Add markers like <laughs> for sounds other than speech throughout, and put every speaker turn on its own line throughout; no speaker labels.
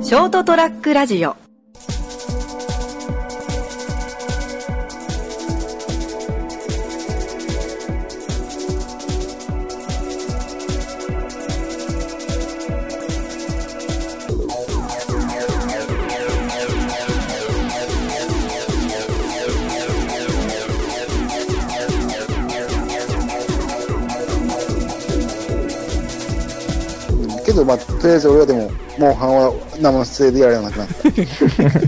ショートトラックラジオ
けどまあとりあえず俺はでもモンハンは生の姿勢でやらなく
<laughs>
なった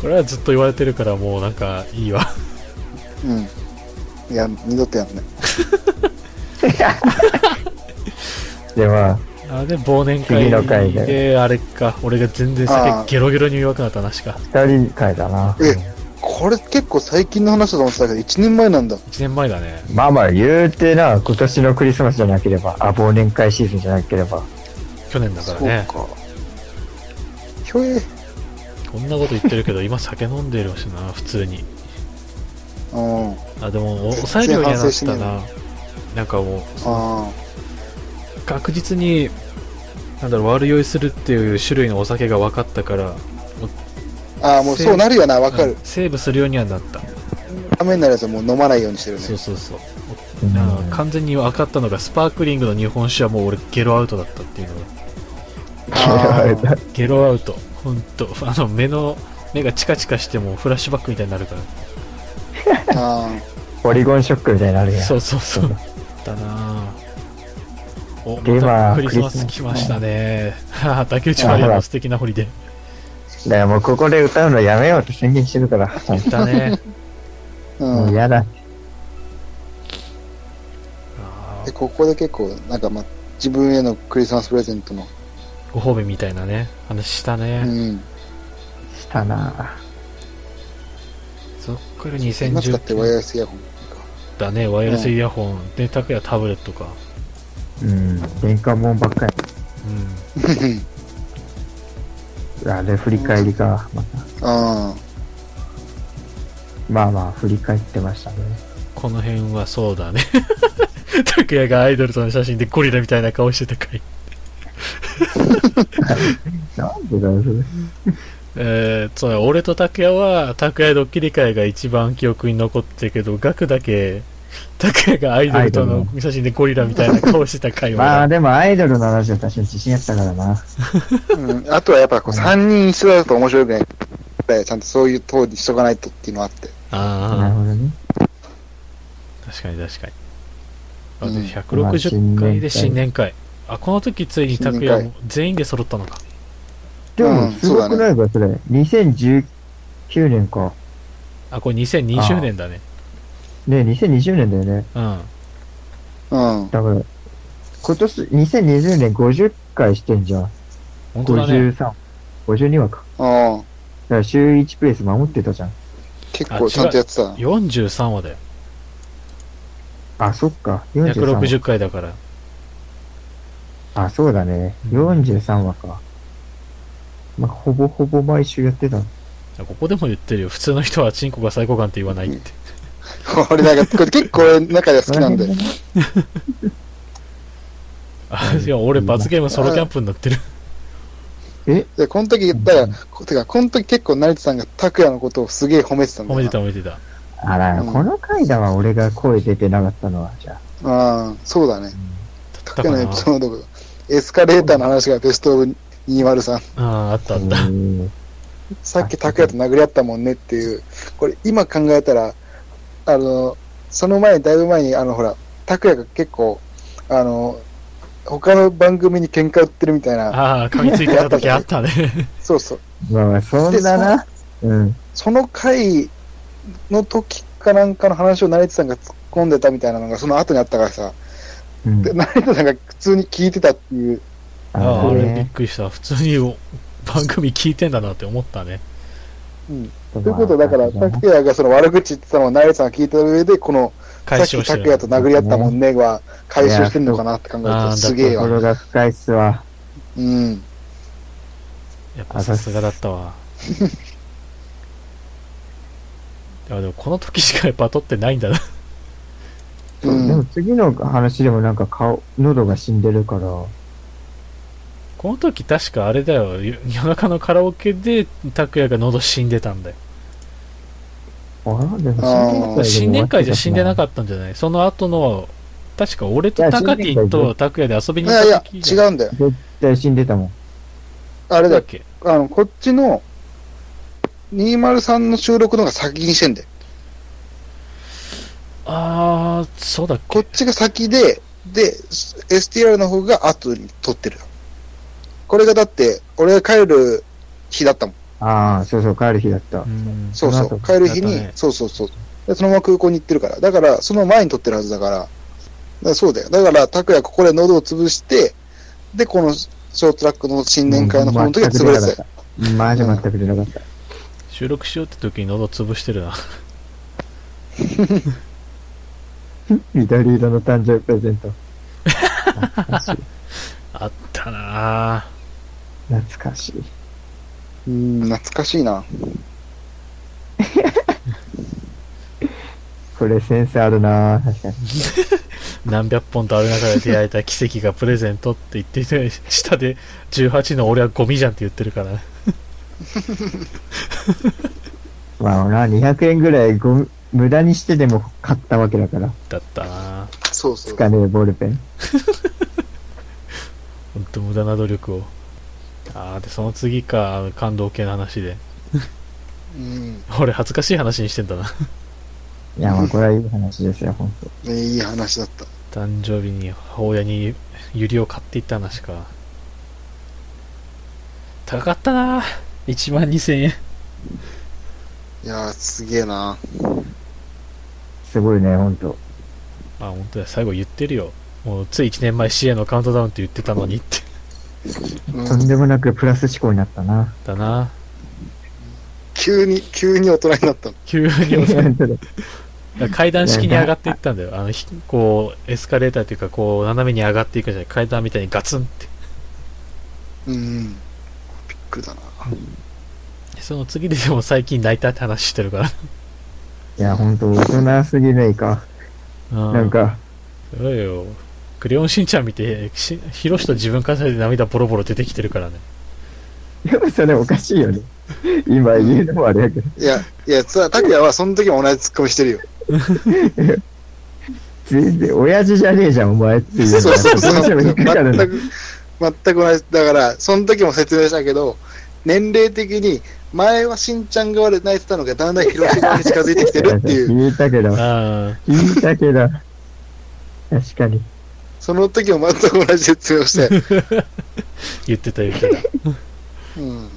これはずっと言われてるからもうなんかいいわ
うんいや二度とやんない
でまあ
<laughs> あで忘年
次の回
会
で
であれか俺が全然
あー
酒ゲロゲロに弱くなった話か
二人会だな
えこれ結構最近の話だと思ってたけど1年前なんだ
1年前だね
まあまあ言うてな今年のクリスマスじゃなければあ忘年会シーズンじゃなければ
去年だからね
そうかひょえ
こんなこと言ってるけど今酒飲んでるしな普通に
うん
あでもお抑えるようには
全然
な
反省
っ
して
た
ねえ
な
な
なんかも
あ
う確実になんだろう悪酔いするっていう種類のお酒が分かったから
ーあーもうそうなるよなわか
うん
る
セーブするようにはなった
ダメになるやつはもう飲まないようにしてるね
そうそうそう
うん
あー完全に分かったのがスパークリングの日本酒はもう俺ゲロアウトだったっていうのが
あー
ゲロアウトほんとあの目の目がチカチカしてもうフラッシュバックみたいになるから
あ
ポリゴンショックみたいになるやん
そうそうそうだなぁお
で
また
今
クリスマス
クリ
来
スマ
ま
ス
したね <laughs> はは竹内まりやの素敵なホリデー
だからもうここで歌うのやめようって宣言してるから
だね
ー
も
う
うん嫌だ
あ
で
ー
ここで結構なんかまあ自分へのクリスマスプレゼントの
ご褒美みたいなね話した
う
ね、
ん
したな
そっから
今使ってワイ
2010
ヤレスイヤホン
だねワイヤレスイヤホン、で拓也タブレットか
うん敏感もんばっかり
うん
あれ振り返りか、また
あ
まあまあ振り返ってましたね
この辺はそうだね <laughs> 拓也がアイドルとの写真でゴリラみたいな顔してたかい
なんでだよそれ
えー、そうだ俺と拓也は拓也ドッキリ会が一番記憶に残ってるけどガクだけ拓也がアイドルと
アイ
の写真でゴリラみたいな顔してた回
ま
は
あでもアイドルの話は確かに自信あったからな
あ、うん、あとはやっぱこう3人一緒だと面白くないからちゃんとそういう通りしとかないとっていうのはあって
なる
あ
ほどね
あ確かに確かにあ
うん
で160回で新年会あこの時ついに拓也も全員で揃ったのか
で
う
も
ん
すごくないかそれ2019年か
あこれ2020年だね
ね2020年だよね
うん
うん
だから、今年、2020年50回してんじゃん。
本当だね
53、52話か。
ああ
だから週1ペース守ってたじゃん。
結構ちゃんとやってたな
43話だよ
あ、そっか。43話。
160回だから
あ、そうだね。
うん
43話か。まあ、ほぼほぼ毎週やってた。
あここでも言ってるよ普通の人はチンコが最高感って言わないって
俺なんかこれ結構俺の中では好きなんだよ
あ <laughs> いや俺罰ゲームソロキャンプになってる
でこの時言ったらこてかこの時結構成田さんが拓哉のことをすげえ褒めてたんだよ
褒め
な
てた褒めてた
あら、
うん
この回だわ、俺が声出てなかったのは。じゃあ。
ああそうだね
だった
拓
か
哉
な
のエピソードがエスカレーターの話がベストオブ203
あああったあった
うーん
さっき拓也と殴り合ったもんねっていう、これ今考えたら、あの、その前、だいぶ前に、あの、ほら、拓也が結構、あの、他の番組に喧嘩売ってるみたいな、
ああ噛みついてた時あったね
そうそう。
まあまあ、そんなな。うん。
その回の時かなんかの話を成田さんが突っ込んでたみたいなのがその後にあったからさ、
うん
で、成田さんが普通に聞いてたっていう、
あ
あああ
の
れびっ
ね。
くりした普通にお番組聞いてんだなって思ったね
と
ということはだから、拓也がその悪口言ってたのを成田さんが聞いた上で、この、さ
解
っき
消して
拓也と殴り合ったもんねは回収してんのかなって考える
いや
と、
ー
すげえ
とこ
わ。
ろが深いっすわ。
うん。
やっぱさすがだったわいやでもこの時しかやっぱ撮ってないんだな
うん
でも次の話でもなんか顔、喉が死んでるから、
この時確かあれだよ夜夜中のカラオケで拓也が喉死んでたんだよ
あで
あー
も
新年会じゃ死んでな
っ
かったんじゃないその後の確か俺とタカティンと拓也で遊び
い
に行
やい
った
や、
時
違う
う
んだよ。
た。絶対死んでたもん。
あれだ
だっ
よ。
け
あの、こっちの、203の収録の方が先にしてんだよ。
ああそうだっ
こっ
け
ちが先で、で、S- STR の方が後に撮ってるよ。これがだって、俺が帰る日だったもん。
ああ、そうそう、帰る日だった
う。ん
そうそ。
そうの
帰る日に、
だったね
そうそうそう。で、そのまま空港に行ってるから。だから、その前に撮ってるはずだから。だからそうだよ。だから、拓也ここで喉を潰して、で、このショートラックの新年会のこの時は潰れてたよ。
た。マジ全く出なかった。
収録しようって時に喉潰してるな <laughs>
緑色の誕生日プレゼント。懐かしい。
あったなあ
懐かしい。
うん、懐かしいな。
これセンスあるなぁ確かに。
何百本とある中で出会えた奇跡がプレゼントって言ってて下で18の俺はゴミじゃんって言ってるから
まあな、200円ぐらいご無駄にしてでも買ったわけだから。
だったな
そうそう。
使ねえボールペン。
本当無駄な努力をああでその次かあの感動系の話で
うん。
俺恥ずかしい話にしてんだな
いや、まあこれはいい話ですよ、本当
ねいい話だった。
誕生日に母親にユリを買っていった話か高かったな1万2000円
いやー、すげえな。
すごいね、本当
あ本当だ最後言ってるよもうつい1年前 CA のカウントダウンって言ってたのにって
う
とん
ん、
でもなくプラス思考になった
<laughs>
な。
だな
急に、急に大人になったの。
急にお
本当だ
だから階段式に上がっていったんだよ。あの、ひこう、エスカレーターというか、こう、斜めに上がっていくじゃない。階段みたいにガツンって。
うん。びっくりだな。
その次ででも最近泣いたって話してるから。
いや、本当大人すぎないか。
うん
なん。か、
そうよ。クレヨンしんちゃん見て、しヒロシと自分重ねて涙ボロボロ出てきてるからね。
でもそれおかしいよね。今言うのもあれやけど。
いや、いや、つたくやはその時も同じツッコミしてるよ。
全然、親父じゃねえじゃん、お前っていうの
そう
が。
そう
<laughs>
そう。
どうしても引
全
っかかるんだ。
く、全く同じ。だから、その時も説明したけど、年齢的に、前はしんちゃん側で泣いてたのが、だんだん広島に近づいてきてる <laughs> っていう、
聞いたけど、
あ
聞いたけど。確かに。
その時も全く同じ説明を <laughs> して。
あ、言ってた言ってた。
うん。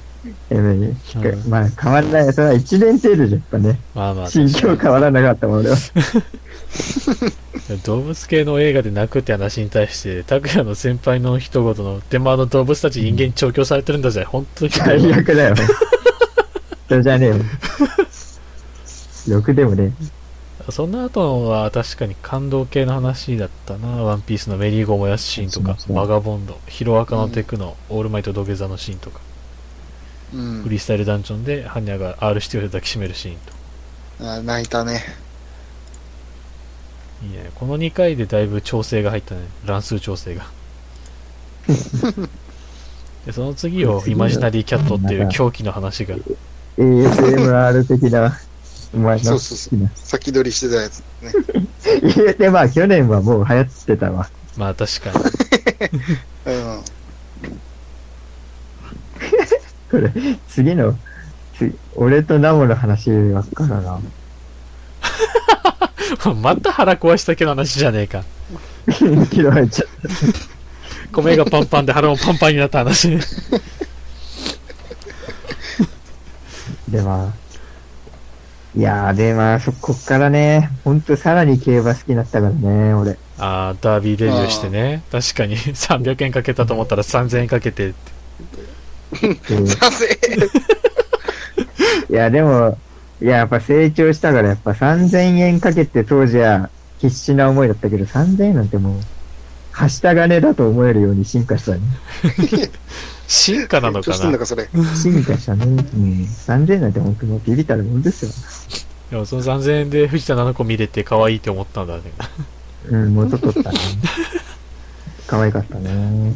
えね引っか
うん
まあ変わらない。それは1年程度じゃん、やっぱね。
まあまあ、
心境変わらなかったもん、俺は。
動物系の映画で泣くって話に対して、拓也の先輩の一言の、でもあの動物たち人間に調教されてるんだぜ。本当にひどい
最
わ。
悪だよ。それじゃねえよ。
<laughs>
よくでもね、
その後は確かに感動系の話だったな。ワンピースのメリーゴー燃やすシーンとか
そう、そう
バガボンド、ヒロアカのテクノ、オールマイト土下座のシーンとか、
う
フ
ん。
リースタイルダンジョンでハニャが R してを抱きしめるシーンと。
あ泣いたね。
いいね。この2回でだいぶ調整が入ったね。乱数調
<laughs>
整が。でその次をイマジナリーキャットっていう狂気の話が。
ASMR 的な、お前の
そう
好
そうそ
きな。
先取りしてたやつ。
言うて、まあ去年はもう流行ってたわ。
まあ確かに。
うん。
これ、次の、つ俺とナモの話ばっかだな。 <laughs>
<laughs> また腹壊したけの話じゃねえか。
嫌われちゃっ
米がパンパンで腹もパンパンになった
<laughs>
話ね。
た。で、まあ。いやー、で、まあ、そこっからね、ほんとさらに競馬好きになったからね、俺。
ああ、ダービーデビューしてね。確かに300円かけたと思ったら3000円かけてって。
<laughs>
で
させ
いや、でも、いや、やっぱ成長したから、やっぱ3000円かけて当時は必死な思いだったけど、3000円なんてもう、はした金だと思えるように進化したね。
進化なの
どう
か
してん
な
だか、それ。
進化したね。うん。3000円なんて本当もうビビたるもんですよ。
でもその3000円で藤田七子見れて可愛いって思ったんだね。 <laughs>
<laughs>
うん、元取ったね。可愛かったね。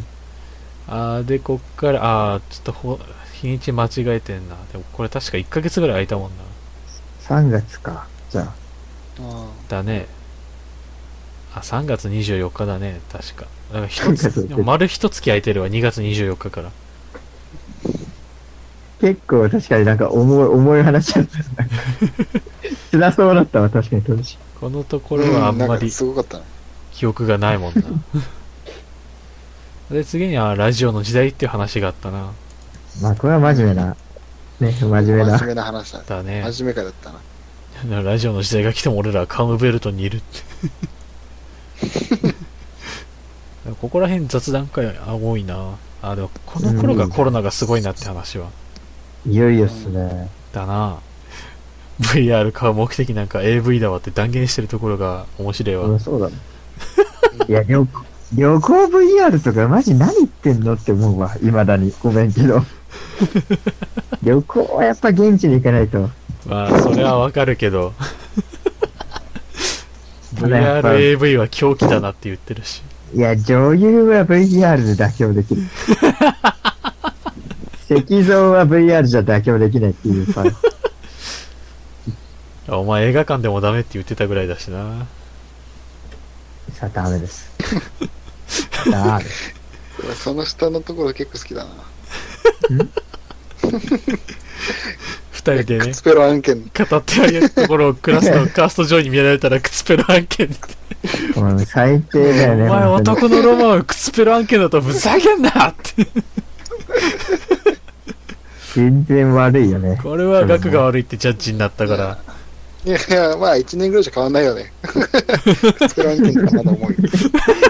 あーで、こっから、あーちょっとほ日にち間違えてんな。でもこれ確か1ヶ月ぐらい空いたもんな。
3月か。じゃあ、
あ
だね。あ、3月24日だね、確か。だから一
3月24
つ、
日
でも丸一月空いてるわ、2月24日から。
結構確かになんか重い、重い話だったな。辛そうだったわ、確かに当時。
このとこ
こ
ろはあんまり
すごかったな。
記憶がないもんな。で、次にはラジオの時代っていう話があったな。
まあ、これは真面目な。ね、真面目
真
な
面。目な話だ。
だね。
真面目かだったな。
ラジオの時代が来ても俺らはカムベルトにいるって。ここら辺雑談会あ多いな。あ、でもこの頃がコロナがすごいなって話は。
いよいよっすね。
だな VR 買う目的なんか AV だわって断言してるところが面白いわ。
うんそうだね。
<laughs>
いや、旅行、旅行 VR とかマジ何言ってんのって思うわ、未だに。ごめんけ
<laughs>
ど。旅行はやっぱ現地に行かないと。
まあ、それはわかるけど。
ただやっぱ
VRAV は狂気だなって言ってるし。
いや、女優は VR で妥協
<laughs>
できる。石像は VR じゃ妥協できないっていうさ。
あお前映画館でもダメって言ってたぐらいだしな。
さあ、ダメです。ダメ。
俺その下のところ結構好きだな。
二人でね
ク、ツペロ案件。
語ってあげるところをクラ
<laughs>
スのカースト上に見られたら靴ペロ案件って。
お前最低だよ
お
ね。
前
本当に
男のロマンを靴ペロ案件だとふざけんなって。
全然悪いよね。
これは額が悪いってジャッジになったから。
いやいや、まあ1年ぐらいじゃ変わんないよ
<laughs>
ね。クツペロ案件かまだ重い。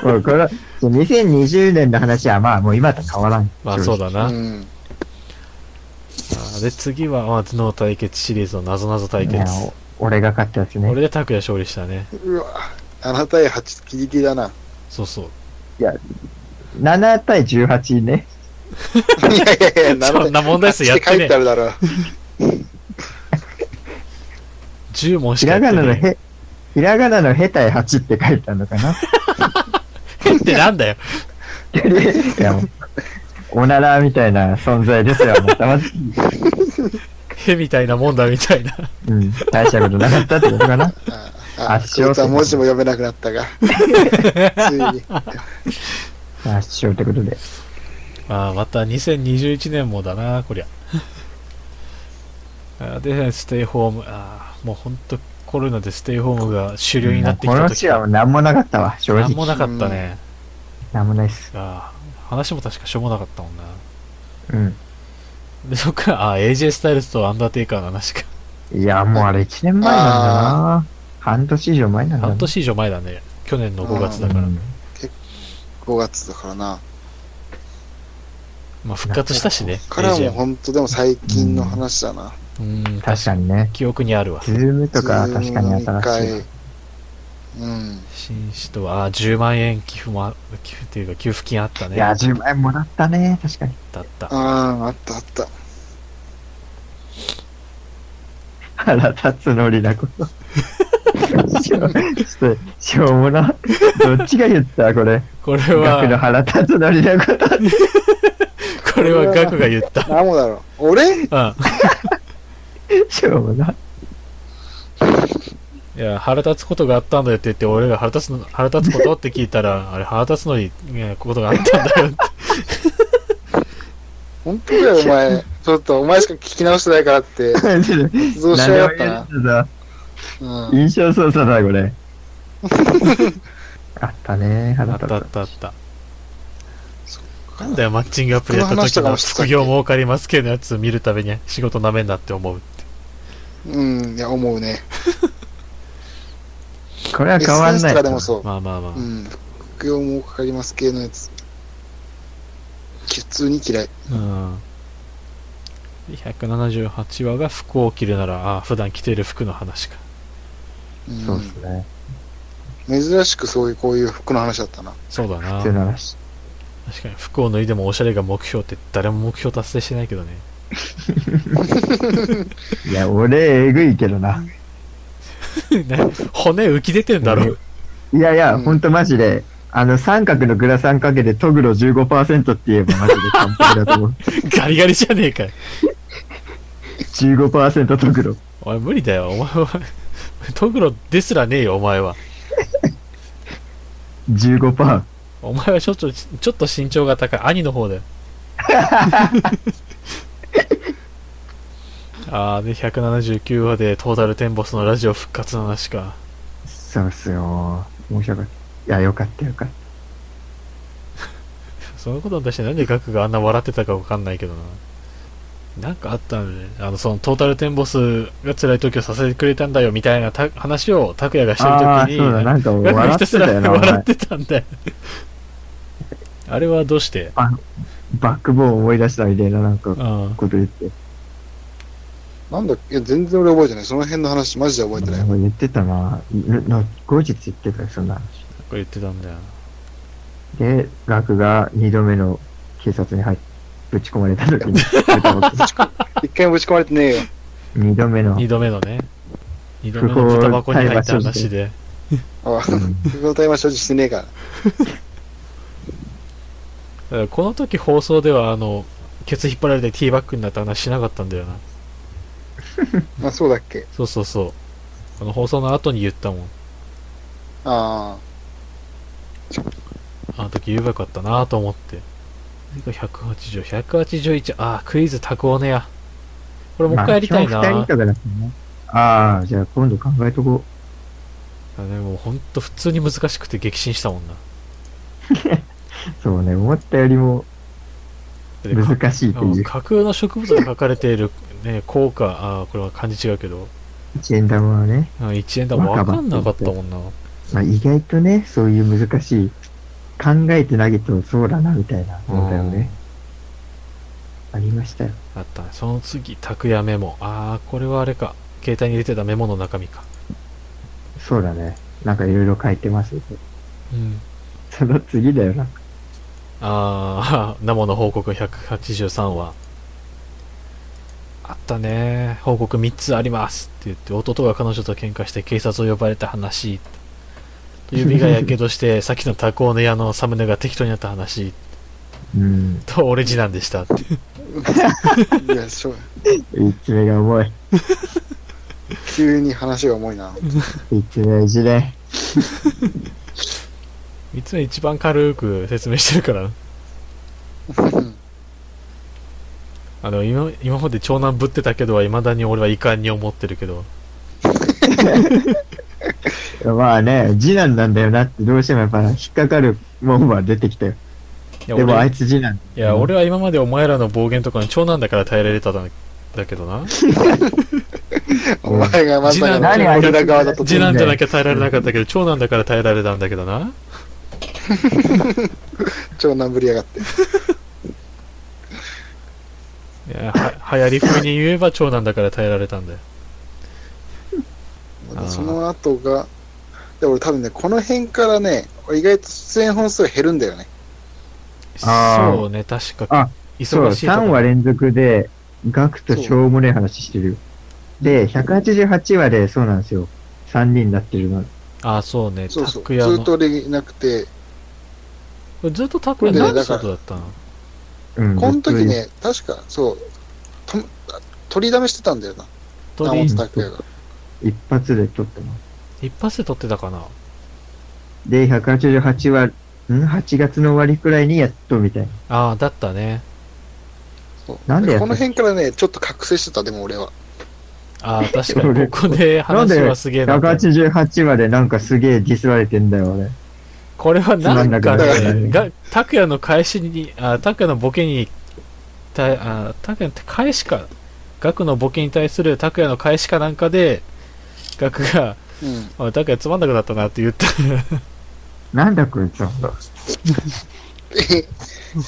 もうこれ、2020年の話はまあもう今と変わらん。
まあそうだな。
うん。
あーで、次は、まあ、頭脳対決シリーズの謎謎対
い
決
や。お俺が勝ったやつ
これ
ね。
で拓也勝利したね。
うわ、7対8、ギリギリだな。
そうそう。
7対18ね。
いやいやいや、
そんな問題数やって
書
ね
いてあるだろう。
10問し
ひ
からや
が
って
なの
ね
へ、ひらがなのへ対8って書いたのかな
え。 <laughs> ってなんだよ。
いやもう、おならみたいな存在ですよ。もうた
<laughs>
ま、
へみたいなもんだみたいな。
うん、大したことなかったってことかな。
ああ、
圧
こ
勝
いつは文字も読めなくなった
<laughs>
が。ついに。
まあ、師匠ってことで。
まあ、また2021年もだな、
<laughs>
こりゃ。あーで、ステイホーム。あーもうほんとコロナでステイホームが主流になってき
こ
た
の
時
年はもう何もなかったわ、正
なん
直。
もなかったね。
何もないっす。
あー話も確かしょうもなかったもんな。
うん。
で、そっから、あー AJ スタイルズとアンダーテイカーの話か。
いや、もうあれ1年前なんだな。半年以上前なんだな。
半年以上前だね。去年の5月だから。
うん
5月だからな。
まあ、復活したしね。
彼はもう
AJ も
ほんとでも最近の話だな。
うん、
確かにね。
記憶にあるわ
ズ。ームとか確かに新しいわ
一。回うん。
紳士とは、あー10万円寄付もあ、寄付っていうか給付金あったね。
いや、10万円もらったね、確かに。
だった。
ああ、あったあった。
腹立つノリなこと。 <laughs> ちょっと、しょうもな。どっちが言ったこれ。
これ
額の
は、
腹立つノリなこと。
これはガクが言った。
なんもだろう。俺
う
しょう
<laughs>
もな。
ん。いや、腹立つことがあったんだよって言って、俺が腹立つの、腹立つことって聞いたら、あ <laughs> れ腹立つのに、ねことがあったんだよって。
ほんと
<laughs>
だよ、お前。ちょっと、お前しか聞き直してないからって、
何でも
どうしようやった
や
な。
るんだぞ
うん。
印象操作だ、
<laughs>
これ。あったね、
あ
<laughs> 腹
っ
立
たあ
つ
っ。たあった。なんだよ、マッチングアプリやった
この話
時
とか
の
もしてたっけ
副業儲かります系のやつ見るたびに仕事なめんなって思う。
うん、いや、思うね。
これは変わん
SNS
ない
とか。でもそ
まあまあまあ
う。う。ん。副業もかかります系のやつ。普通に嫌い。
うん。178話が服を着るなら、あー普段着てる服の話か。
うん
そうですね。
珍しくそういう、こういう服の話だったな。
そうだな。
普通の話。
確かに服を脱いでもおしゃれが目標って誰も目標達成してないけどね
いや、俺、えぐいけどな。
ね骨浮き出てんだろ
いやいや、
うん
ほんとマジで、あの、三角のグラサンかけてトグロ15%って言えばマジで完璧だ
<laughs>
と思う。
ガリガリじゃねえかよ。
15%トグロ。
おい、無理だよ。お前は、 <laughs> トグロですらねえよ、お前は。
15%。
お前はちょっと、ちょっと身長が高い。兄の方だよ。 <laughs> ああ、で、179話でトータルテンボスのラジオ復活の話か。
そうっすよ。面白かった。いや、よかったよかっ。
そのことに対してなんでガクがあんな笑ってたかわかんないけどな。なんかあったんで、あの、そのトータルテンボスが辛い時をさせてくれたんだよみたいなた話を拓也がしたてる
ああ
時
ー、
に、
そうだ、なんか
ガクがひ
笑ったて
す
たよ
ら
な、お
笑
前
っ。てたんだよ。あれはどうして
バックボーン思い出したみたいな、なんか、
うん。
こと言って。
なんだいや、全然俺覚えてない。その辺の話、マジで覚えてない。
言ってたな。な後日言ってたよ、そんな話。
これ言ってたんだよな。
で、ガクが二度目の警察に入っぶち込まれた時
<laughs>
に、歌を歌って
一回もぶち込まれてねえよ。
二度目の、
二度目のね。二度目の豚箱に入った話で。
あ
うん
不動体は所持してねえから。
だからこの時放送では、あの、ケツ引っ張られてティーバッグになった話しなかったんだよな。
あ、そうだっけ。
そうそうそう。あの放送の後に言ったもん。
あ
あの時言えばよかったなと思って。これ180、181、ああ、クイズ多幸ねや。これもう一回やりたいな。
まあ基本二人とかだったね。ああ、じゃあ今度考えとこ
あでもほんと普通に難しくて激震したもんな。
う。そうね、思ったよりも
で
難しいって
あの
いう。
架空の植物が書かれている、ね、効果、ああ、これは漢字違うけど、
一円玉はね、
うん一円だも分かんなかったもんな。
まあ、意外とね、そういう難しい、考えて投げてもそうだな、みたいな問題をね、ありましたよ。
あったね。その次、拓也メモ。ああ、これはあれか。携帯に入れてたメモの中身か。
そうだね。なんかいろいろ書いてますよ。
うん。
その次だよな。
あ <laughs> あ、ナモの報告183話。あったね。報告3つあります。って言って、弟が彼女と喧嘩して警察を呼ばれた話。指がやけど <laughs> して、さっきのタコの屋のサムネが適当になった話。
うん。
と、俺次男でした。って
あ。いや、そう。
一つ目が重い。
急に話が重いな。
一つ目は一ね。
3つ目一番軽く説明してるからな。あの、今、今まで長男ぶってたけどは、未だに俺は遺憾に思ってるけど。
まあね、次男なんだよなって、どうしてもやっぱ引っかかるもんは出てきたよ。
いや、
でもあ
俺
いつ次男。
いや俺は今までお前らの暴言とかの長男だから耐えられたんだだけどな。
お前がまさ
次男
かの俺ら側だと
次
思
男じゃなきゃ耐えられなかったけど、長男だから耐えられたんだけどな。
う長男ぶりやがって。
いや、は流行り風に言えば長男だから耐えられたんだよ。あー
その後が、で俺多分ね、この辺からね、俺意外と出演本数が減るんだよね。
あー
そうね、確か。
あそう、
忙しいと
3話連続で、ガクとしょうもねえ話してるよ。で、188話でそうなんですよ。3人になってるの。
あ、そうね、
そうそう。
拓也
ずっ
の。こ
と俺いなくて、
れずっと拓也の
これね
エピソードだったの
うん。
この時
ずっ
ね、確か、そう、と取りだめしてたんだよな、
撮
直
り
本拓也が。
と一発で撮ったの。
一発で撮ってたかな。
で、188話、ん ?8 月の終わりくらいにやっとみたいな。
ああ、だったね。
そう
なんでやった
この辺からね、ちょっと覚醒してた、でも俺は。
ああ、
<laughs>
確かに、ここで
なん
話
で
はすげえな。
188話でなんかすげえディスられてんだよ、俺。
これはなんか
つまんなくなる
ね、が、拓也の返しに、あ、拓也のボケに、た、あ、拓也の返しか、ガクのボケに対する拓也の返しかなんかで、ガクが、
うん。
おい拓也つまんなくなったなって言った。
なんだこいつは。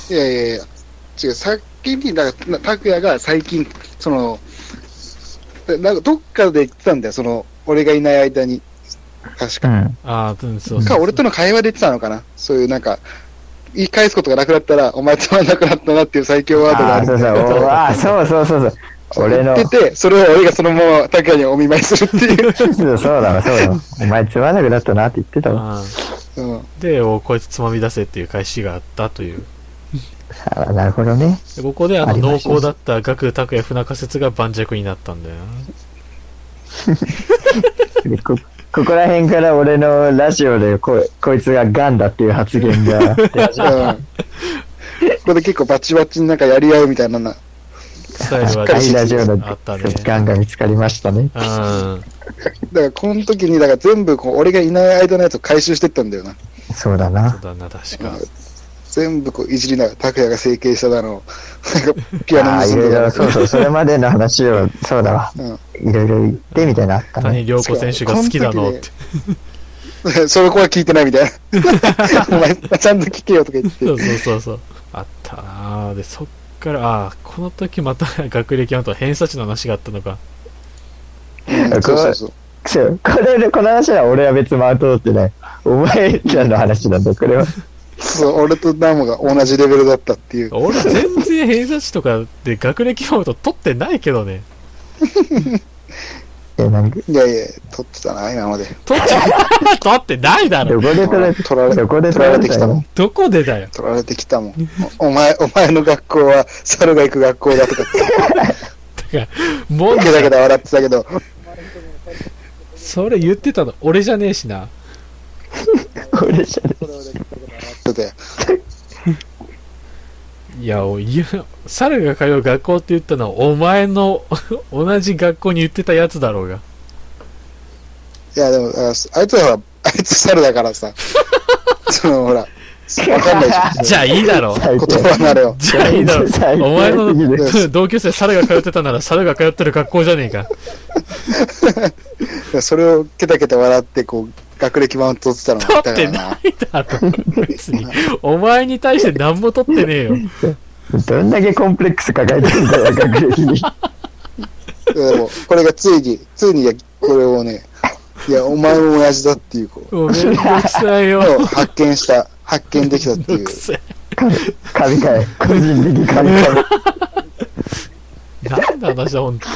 いやいやいや、違う、先に、だから、な拓也が最近、その、でなんかどっかで言ってたんだよ、その、俺がいない間に。確
う
か。
ん。
あーうん、そうそ
か、
う。
俺との会話で言ってたのかな。そういう、なんか、言い返すことがなくなったら、お前つまんなくなったなっていう最強ワードがあ
あ
る
ー、
ん
そ
だ
う
よ
そう、おあーそう
<laughs>
そうそうそう。俺の
言っ、てて、それを俺がそのまま
<laughs>
拓也にお見舞いするっていう。
そうだわ、そうだわ。お前つまんなくなったなって言ってたわ。
あー
うん。
で、おこいつつまみ出せっていう返しがあったという。
ああ、なるほどね。
でここであの
あり
濃
ました
厚だった岳拓也船仮説が盤石になったんだよな。
でこここら辺から俺のラジオでここいつがガンだっていう発言が
う
<laughs>
ん。ここで結構バチバチになんかやり合うみたいなな。
スタイ
<laughs>
ルは
赤いラジオの
あったね。
ガンが見つかりました
う
ね。
ん。
だからこの時に、だから全部こう、俺がいない間のやつを回収してったんだよな。
そうだ
そ
な
う。だな、確か。
全部こういじりながら、拓也が整形しただの、なんかピアノ
ああ、い
結
ろ
ん
い
だ
ろ、
の
そうそう、それまでの話を、そうだわ。
うん
いろいろ言ってみたいなのあったね。
谷良子選手が好きだのっ
<laughs>
て。
その子は聞いてないみたい
<laughs>
な。お前、ちゃんと聞けよとか言って
<laughs> そ。うそうそうそう。あったなあで、そっから、ああ、この時また学歴のと偏差値の話があったのか。
うんそうそうそう。
そう、これで、この話は俺は別にマウント取ってない。お前らの話なんだ、これは。
そう、俺とダモが同じレベルだったっていう。
俺全然偏差値とかで学歴のと取ってないけどね。
え、なんか、
いやいや、撮ってたな、今まで。
取って、 <laughs> 取ってないだろ。
どこで取れ、
取られ
どこで
取
取
ら
ら
れ
れ
てき
た
たも
の
ん。
どこでだよ。
取られてきたもん。おお前、お前の学校は猿が行く学校だとかって、
もん
ゲラゲ
だ
ラ笑ってたけど、
それ言ってたの俺じゃねえしな。
俺じゃね
ちょっとや
いや、おいや、猿が通う学校って言ったのは、お前の <laughs> 同じ学校に言ってたやつだ
<laughs>
ろうが。
いや、でも、ああいつはほら、あいつ猿だからさ、そのほら、わかんないじ
じ
ゃ
ゃあいいだろう。
最
ん。
低
言葉になれよ。
じゃあいいだろう。
最低
お前
すぎる
の同級生猿が通ってたなら、猿が通ってる学校じゃねえか。
それをケタケタ笑って、こう、学歴マウント取ってたのも
取
い
った
か
て
ら
な
な。
いだろ。別に。お前に対して何も取ってねえよ。
どんだけコンプレックス抱えてるんだよ、学歴に。
でも、これがついに、ついに、いやこれをね、いや、お前も親父だっていう、こう、
もうめんどくさいよ。
を発見した、発見できたっ
めん
て
ど
いう
く。さい。
神回、個人的神回。
なんだ話だ、ほんと。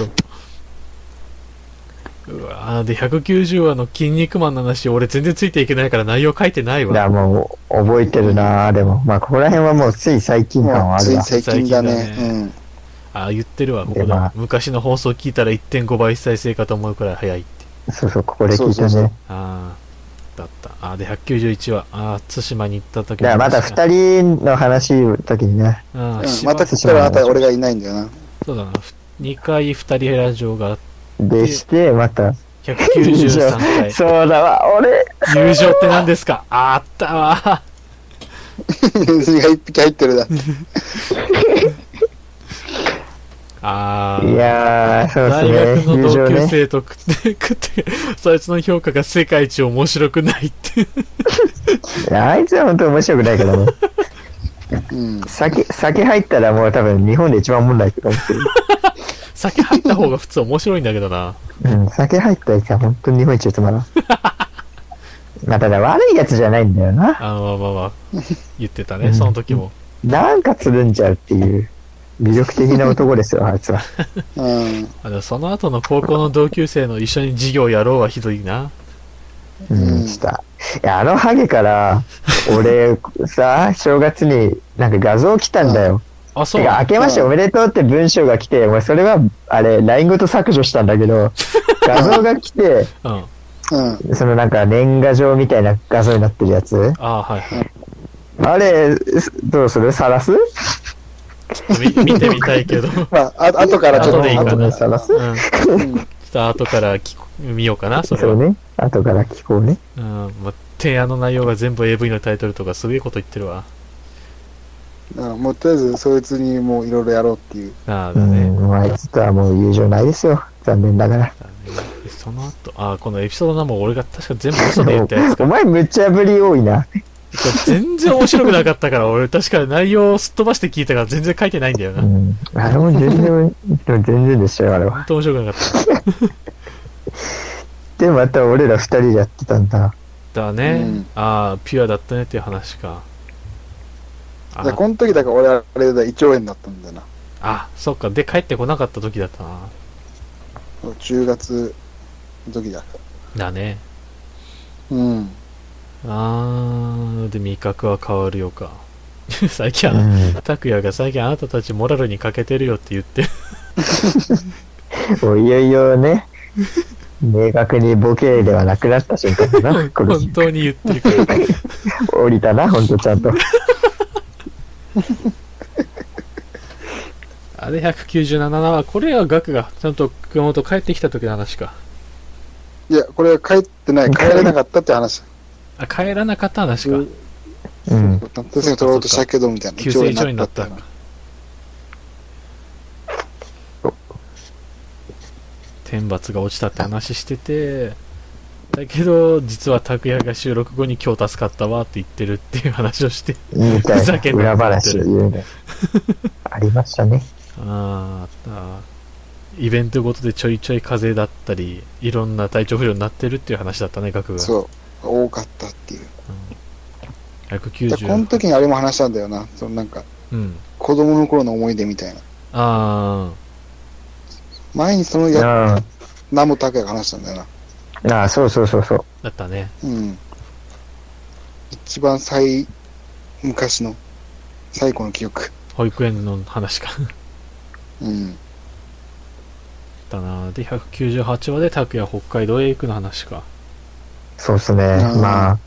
うわぁ、で、190話の筋肉マンの話、俺全然ついていけないから内容書いてない
い
わ。
や、もう、覚えてるなぁ。でも、まあ、ここら辺はもう、つい最近感
も
は
う、
あ
つ
る
い
わ。
最近だね。
最近だ
うん。
ああ、言ってるわ、ここ
でま
だ
あ。
昔の放送聞いたら1.5倍再生かと思うくらい早いって。
そうそう、ここで聞い
そ
た
うそうそう
ね。
ああ、だった。ああ、で、191話。ああ、対馬に行った時
だから、また
二
二人の話の時にね、
うん、
うん、
しば
また
らく
ここからまた俺がいないんだよな。
そうだな。2回二人ラジオが
でして、また。
193回。
<laughs> そうだわ、俺、
友情って何ですかあったわ。
ネズミが一匹入ってるだ。
あ
い
あ。
やー、そう
大
で
学
す
の
ね、友
同
情
級
ね。
生と食って、食
<laughs>
って、そいつの評価が世界一面白くないって。
いやあいつは本当面白くないからね。
うん。
酒、酒入ったらもう多分日本で一番おもんないと思ってる。
酒入った方が普通面白いんだけどな。
うん、酒入ったやつは本当に日本一つまらん。 <laughs> まあ、ただ悪いやつじゃないんだよな。
あの、まあまあまあ、言ってた
う
ね、
ん
その時も。
なんかつるんじゃうっていう、魅力的な男ですよ、あいつは。
うん。
あの、その後の高校の同級生の一緒に授業やろうはひどいな。
うん、ちょっと、いや、あのハゲから、俺、さ、正月になんか画像来たんだよ。
あ、そう
て。か、明けましておめでとうって文章が来て、俺、それは、あれ、LINE ごと削除したんだけど、画像が来て、
うん。あ
うん。
そのなんか年賀状みたいな画像になってるやつ。
あ、はいはい。
あれ、すどうするさらす <laughs>
み見てみたいけど。うん。ち
まあ、あ後からちょっ
後でいいか
と
な
後でさらす
ょっと後から聞こ見ようかな、それ
そ
は。
うね。後から聞こうね。
うん。まあ、提案の内容が全部 AV のタイトルとかすげえこと言ってるわ。
うん。もうとりあえず、そいつにもういろいろやろうっていう。
なあ、
う
だね。
ん、まあ、ちょっとはもう友情ないですよ。残念ながら。
だねでその後、あ、このエピソードナンバー俺が確か全部嘘で言ったやつ
お
か。
前、無茶ぶり多いな。
全然面白くなかったから、俺確か内容をすっ飛ばして聞いたから全然書いてないんだよな。
う
ほん
ん。あれも全然、でも全然でしたよ、あれは。
と面白くなかっ
で、また俺ら二人でやってたんだ。
た。だね。
うん
ああ、ピュアだったねっていう話か。
だ
あ
からこの時だから俺、あれだ、胃腸炎だったんだよな。
あ、そっか。で、帰ってこなかった時だったな。
10月の時だか
だね。
ら。うん。
うあー、で、味覚は変わるよか。 <laughs> 最近あの、拓也が最近あなたたちモラルに欠けてるよって言って、
うん、もういよいよね、明確にボケではなくなった瞬間だな、こ
<laughs>
の
本当に言ってるから。
降りたな、ほんとちゃんと。
あれ197は、これは額が、ちゃんと熊本帰ってきた時の話か。
いや、これ帰ってない、帰れなかったって話。
あ、帰らなかった話か。
うん。
確かに取ろうとしたけど、みたいな。
急性胃腸になった
一応
か。天罰が落ちたって話してて、だけど、実は拓也が収録後に今日助かったわって言ってるっていう話をして、
みた
ふざ
い
け
なん
な
裏話を言うね。ありましたね。
あーあー、イベントごとでちょいちょい風邪だったり、いろんな体調不良になってるっていう話だったね、額が。う。
そう。多かったっていう。だからこの
190。
時にあれも話したんだよな。そのなんか、
うん。
子供の頃の思い出みたいな。
あ
前にそのや、
あ
名も高い話したんだよな。
あ、ああそうそうそうそう。
あ、だったね。
うん。一番最、昔の、最古の記憶。
保育園の話か。
うん。
だなで198話で拓也北海道へ行くの話か
そうっすね。
うん
まあ、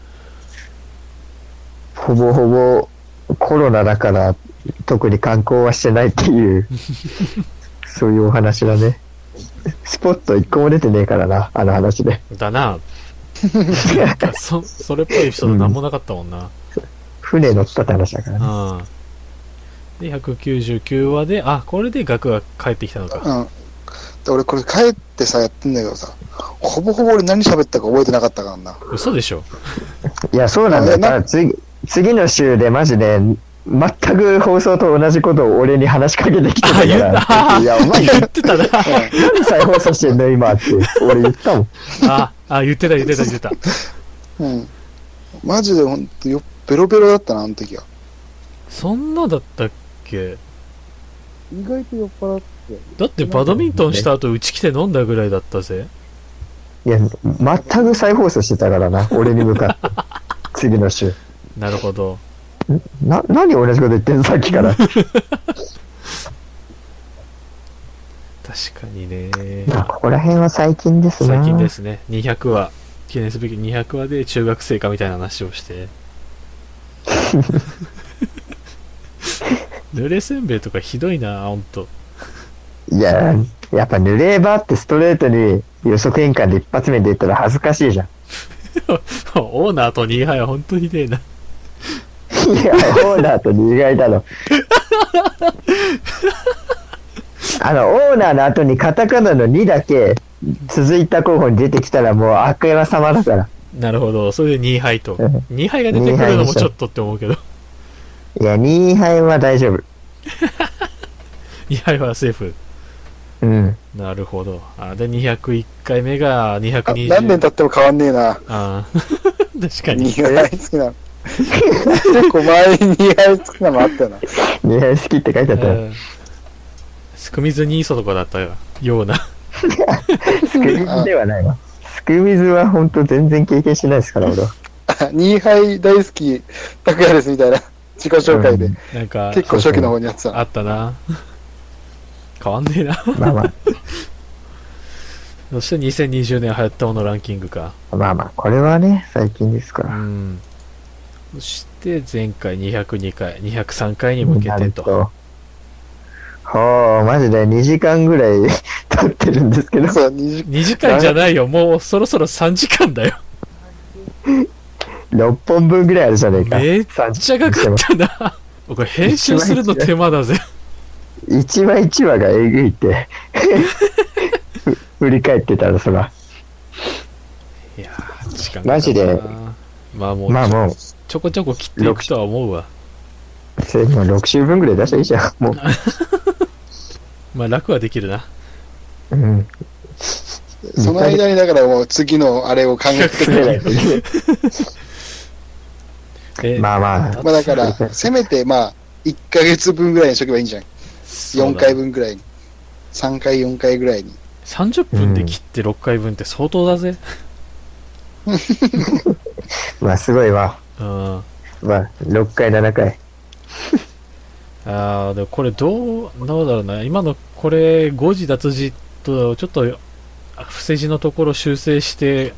ほぼほぼコロナだから特に観光はしてないっていう、そういうお話だね。スポット一個も出てねえからな、あの話で。
だななんかそそれっぽい人なんもなかったもんな
船乗ったって話だからね。
うんで199話であこれで額が帰ってきたのか
うん。で俺これ帰ってさ、やってんだけどさ、ほぼほぼ俺何喋ったか覚えてなかったからな。
嘘でしょ
いや、そうなんだよ。
いやな
だから次、次の週でマジで、全く放送と同じことを俺に話しかけてきてた
あ
か
言っ
ら、
た
いや、お前
言ってたな
何再放送してんの今って、俺言ったもん。
ああ言ってた言ってた言ってた
うん。マジでほんとよ、ベロベロだったな、あの時は。
そんなだったっけ
意外と酔っ払って。
だってバドミントンした後うち来て飲んだぐらいだったぜ
いや、全く再放送してたからな、
<laughs>
俺に向かって。次の週。
なるほど
な、何同じこと言ってんのさっき
<laughs>
から。
確かにね
まあ、ここら辺は最近ですね。
最近で。すね200話記念すべき200話で中学生かみたいな話をして <laughs> 濡れせんべいとかひどいなほんと
いや、やっぱ濡れ場ってストレートに予測変換で一発目で言ったら恥ずかしいじゃん。
オーナーとニーハイはほんとひでえない
や、オーナーと意外
<laughs>
だろ。あの、オーナーの後にカタカナの2だけ続いた候補に出てきたらもう悪魔様だから。
なるほどそれでニーハイと
うん
ニーハイが出てくるのもちょっとって思うけど
いや、2杯は大丈夫。
ニーハイはセーフ
うん。
なるほどあで201回目が
あ
220
何年経っても変わんねえな。
あー <laughs> 確かに
似合い好きなの。結構前に似合い好きなのあったよな。
2杯好きって書いてあったよ。
うんスクミズニーソとかだったような <laughs>
スクミズではないわ。スクミズは本当全然経験しないですから、俺は。
ニーハイ大好き、拓也ですみたいな自己紹介で、
うん
なんか
結構初期の方にやってた
あ
な。
ったな変わんねえな <laughs>
まあま
そして2020年流行ったものランキングか。
あ、まあまあ、これはね、最近ですか
う
ら。
ん。そして前回202回、203回に向け
な
て
る
と。
ほう、マジで2時間ぐらい経ってるんですけど、
そう、20
2時間じゃないよ、もうそろそろ3時間だよ。
6本分ぐらいあるじゃねえか。
めっ
三
ちゃかかったな。 <laughs> これ編集するの手間だぜ。
一話一話がえぐいって。ふ振り返ってたら、そら。
いやー、時間かかったな
マジで。
まあもう、
まあもう、
ちょこちょこ切っていくとは思うわ。
せもう6週分ぐらい出したらいいじゃん。も
まあ楽はできるな。
う、うん。
その間にだからもう次のあれを考えてく
ぐ
れ
ら
る。
い
え
まあまあ、
まあだから、せめてまあ、1ヶ月分ぐらいにしとけばいいんじゃん。
そう
4
だ
回分ぐらいに。3回、4回ぐらいに。
30分で切って6回分って相当だぜ。
うわ、すごいわ。
うん。
うわ、6回、7回。
ああ、でもこれどう、どうだろうな。今のこれ、誤字脱字と、ちょっと、伏せ字のところ修正して、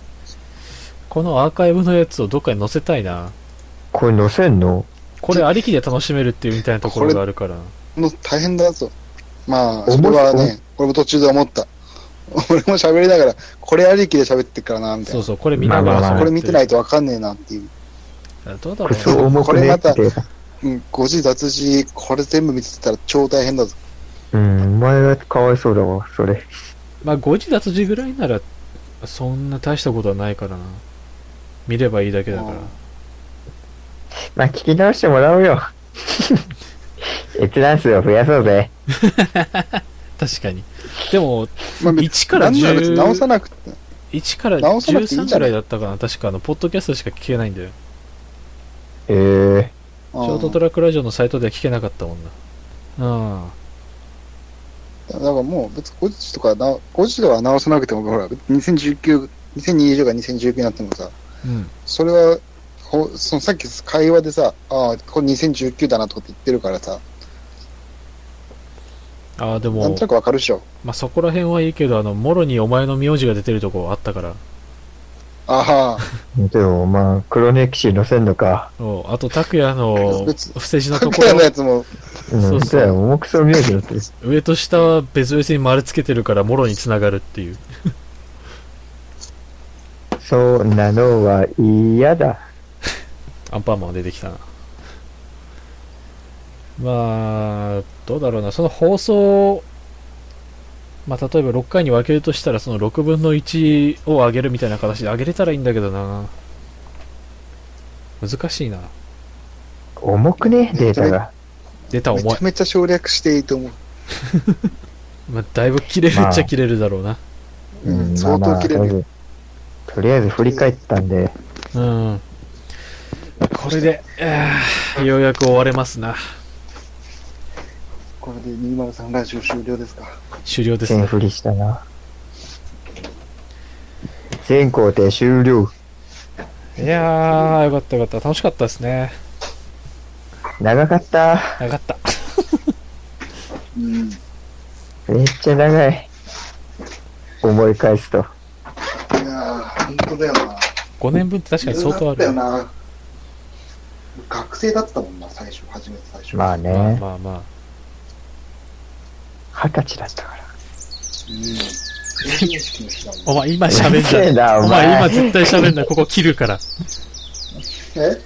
このアーカイブのやつをどっかに載せたいな。
これ載せんの
これありきで楽しめるっていうみたいなところがあるから。
もう大変だぞ。まあ、
思
それ
う
はね、俺も途中で思った。俺も喋りながら、これありきで喋ってっからな、みたい
そう
な。
そう、これ見なが
まあ
ら。
まあまあ
これ見てないいとわかんねえなっていう。
どうだ
こ
ろ
れ
う
そう
な。
重く
これ
ね
また
っていうか。
うん、誤字脱字、これ全部見てたら超大変だぞ。
うん、お前はかわいそうだわ、それ。 <laughs>
まあ、誤字脱字ぐらいなら、そんな大したことはないからな。見ればいいだけだか
あ
ら。
まあ、聞き直してもらおうよ。 <laughs> 閲覧数を増やそうぜ。
確かに。でも、
まあ、
1から
なんなら別に直さ
10、
なくて、
1から
直さなくていいん
13
じゃな
ぐら
い
いだったかな。確か、あの、ポッドキャストしか聞けないんだよ。
えー、
う
ショートト
ん
ラックラジオのサイトでは聞けなかったもんな。うん。
だからもう、別に誤字とかな、誤字とかは直さなくても、ほら、2019、2020か2019になってもさ、
うん。
それは、ほそのさっき会話でさ、ああ、これ2019だなとかって言ってるからさ、
ああ、で
なん
も
とな、くわかるでしょ。
まあ、そこら辺はいいけど、あの、もろにお前の名字が出てるとこあったから。
あ
でも、まあ、黒歴史載せんのか。
おうあと、拓也の
別
伏せ字
あ、
の
か
とこ
くやの
ろ、
やつも、
うん、
そうそう
だよ、重くそ名字だってる。
上と下は別々に丸つけてるから、もろに繋がるっていう。
そうなのは嫌だ。
アンパンマンが出てきたな。まあ、どうだろうな。その放送、まあ、例えば6回に分けるとしたら、その6分の1を上げるみたいな形で上げれたらいいんだけどな。難しいな。
重くね、データが。
出た
め
重い
ちゃ。めちゃ省略していいと思う。
まあ、だいぶ切れるっちゃ切れるだろうな。
うん
まあまあ
相当切れる
とりあえずとりあえず振り返ったんで、
うん。これで、えーようやく終われますな。
これで203ラジオ終了ですか。
終了です
全
ね。
振りしたな。全工程終了。
いやー、よかったよかった。楽しかったですね。
長かった。
なかった。
うん。
めっちゃ長い。思い返すと。
いやー、本当だよな。
5年分って確かに相当あ
いろいろ
る。
ったよな。学生だったもんな、最初、初めて最初。
まあ
まあ
ね。
まあまあ。
二十歳だったから。
うん。成人式の日だもん。
お前今喋
うるせ
ん
え
な。
な
お
お
前
前
今絶対喋んな。ここ切るから。
え
うる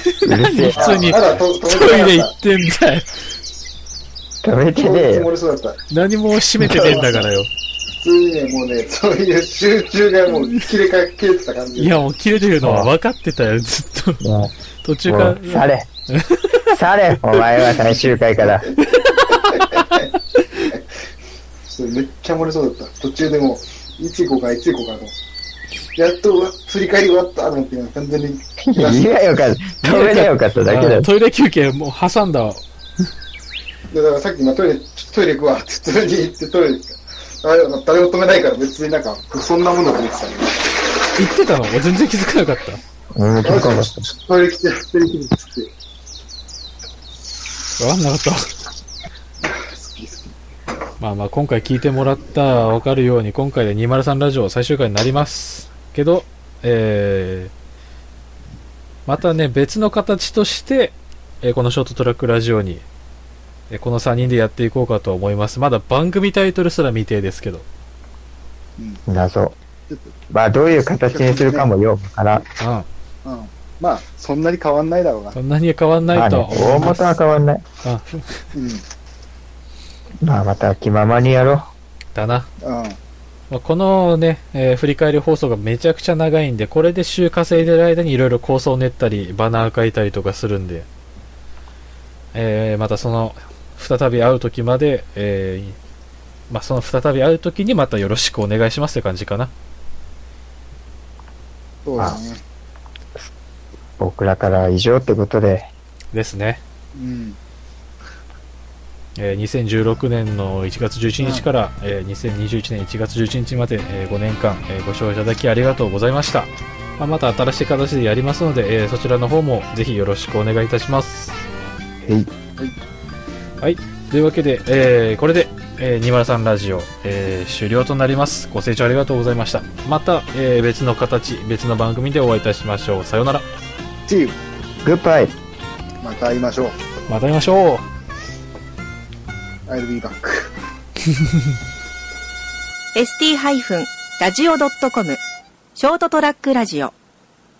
せえ
普通に
あまだと
ト
止
イレ
め
行ってんだよ。
な。止め
て
てね
な
え
い。
よ。
俺そうだった。
何も閉めてねえんだからよ。
普通にね、もうね、そういう集中がもう切れか、切れてた感じ。
いや、もう切れてるのは分かってたよ、ずっと。
も
途
う
中か
もう去れ。去れ。お前は最終回から。
それめっちゃ漏れそうだった。途中でもう、いつ行こうか、いつ行こうかと思って。やっとうわ振り返り終わったと思って、今完全に。
言えばよかった。止めりゃよかっただけだ
ら、
よ。
トイレ休憩もう挟んだわ。
でだからさっき今トイレ、ちょっとトイレ行くわって、トイレに行ってトイレ行った。あれ誰も止めないから別になんか、そんなもんだと思ってたけど
言ってたの俺全然気づかなかった。
うん、結構。
トイレ来て、トイレ来て、つって。
分かんなかった。
好き好き。
まあまあ今回聞いてもらったら分かるように今回で203ラジオ最終回になりますけど、えーまたね別の形として、えーこのショートトラックラジオに、えーこの3人でやっていこうかと思いますまだ番組タイトルすら未定ですけど
謎。まあ、どういう形にするかもようから。
うん
うん。まあ、そんなに変わんないだろうな。
そんなに変わんないとは
まあね
思
大
います、
元は変わんない。
うん。
まあ、また気ままにやろう。
だな、
うん。
まあこのね、えー振り返り放送がめちゃくちゃ長いんでこれで週稼いでる間にいろいろ構想を練ったりバナー書いたりとかするんで、えーまたその再び会う時まで、えーまあ、その再び会う時にまたよろしくお願いしますって感じかな
そうだね。
僕らからは以上ってことで、
ですね、
うん。
えー2016年の1月11日から、えー2021年1月11日まで、え5年間、えーご視聴いただきありがとうございましたまあ、また新しい形でやりますので、えーそちらの方もぜひよろしくお願いいたします。
はい。
はい。というわけで、えーこれで、えー、二丸さんラジオ、えー終了となります。ご清聴ありがとうございました。また、えー別の形、別の番組でお会いいたしましょう。さようなら。
チーム
グッバイ。
また会いましょう
また会いましょう。
I'll be back
ST-radio.com ショートトラックラジオ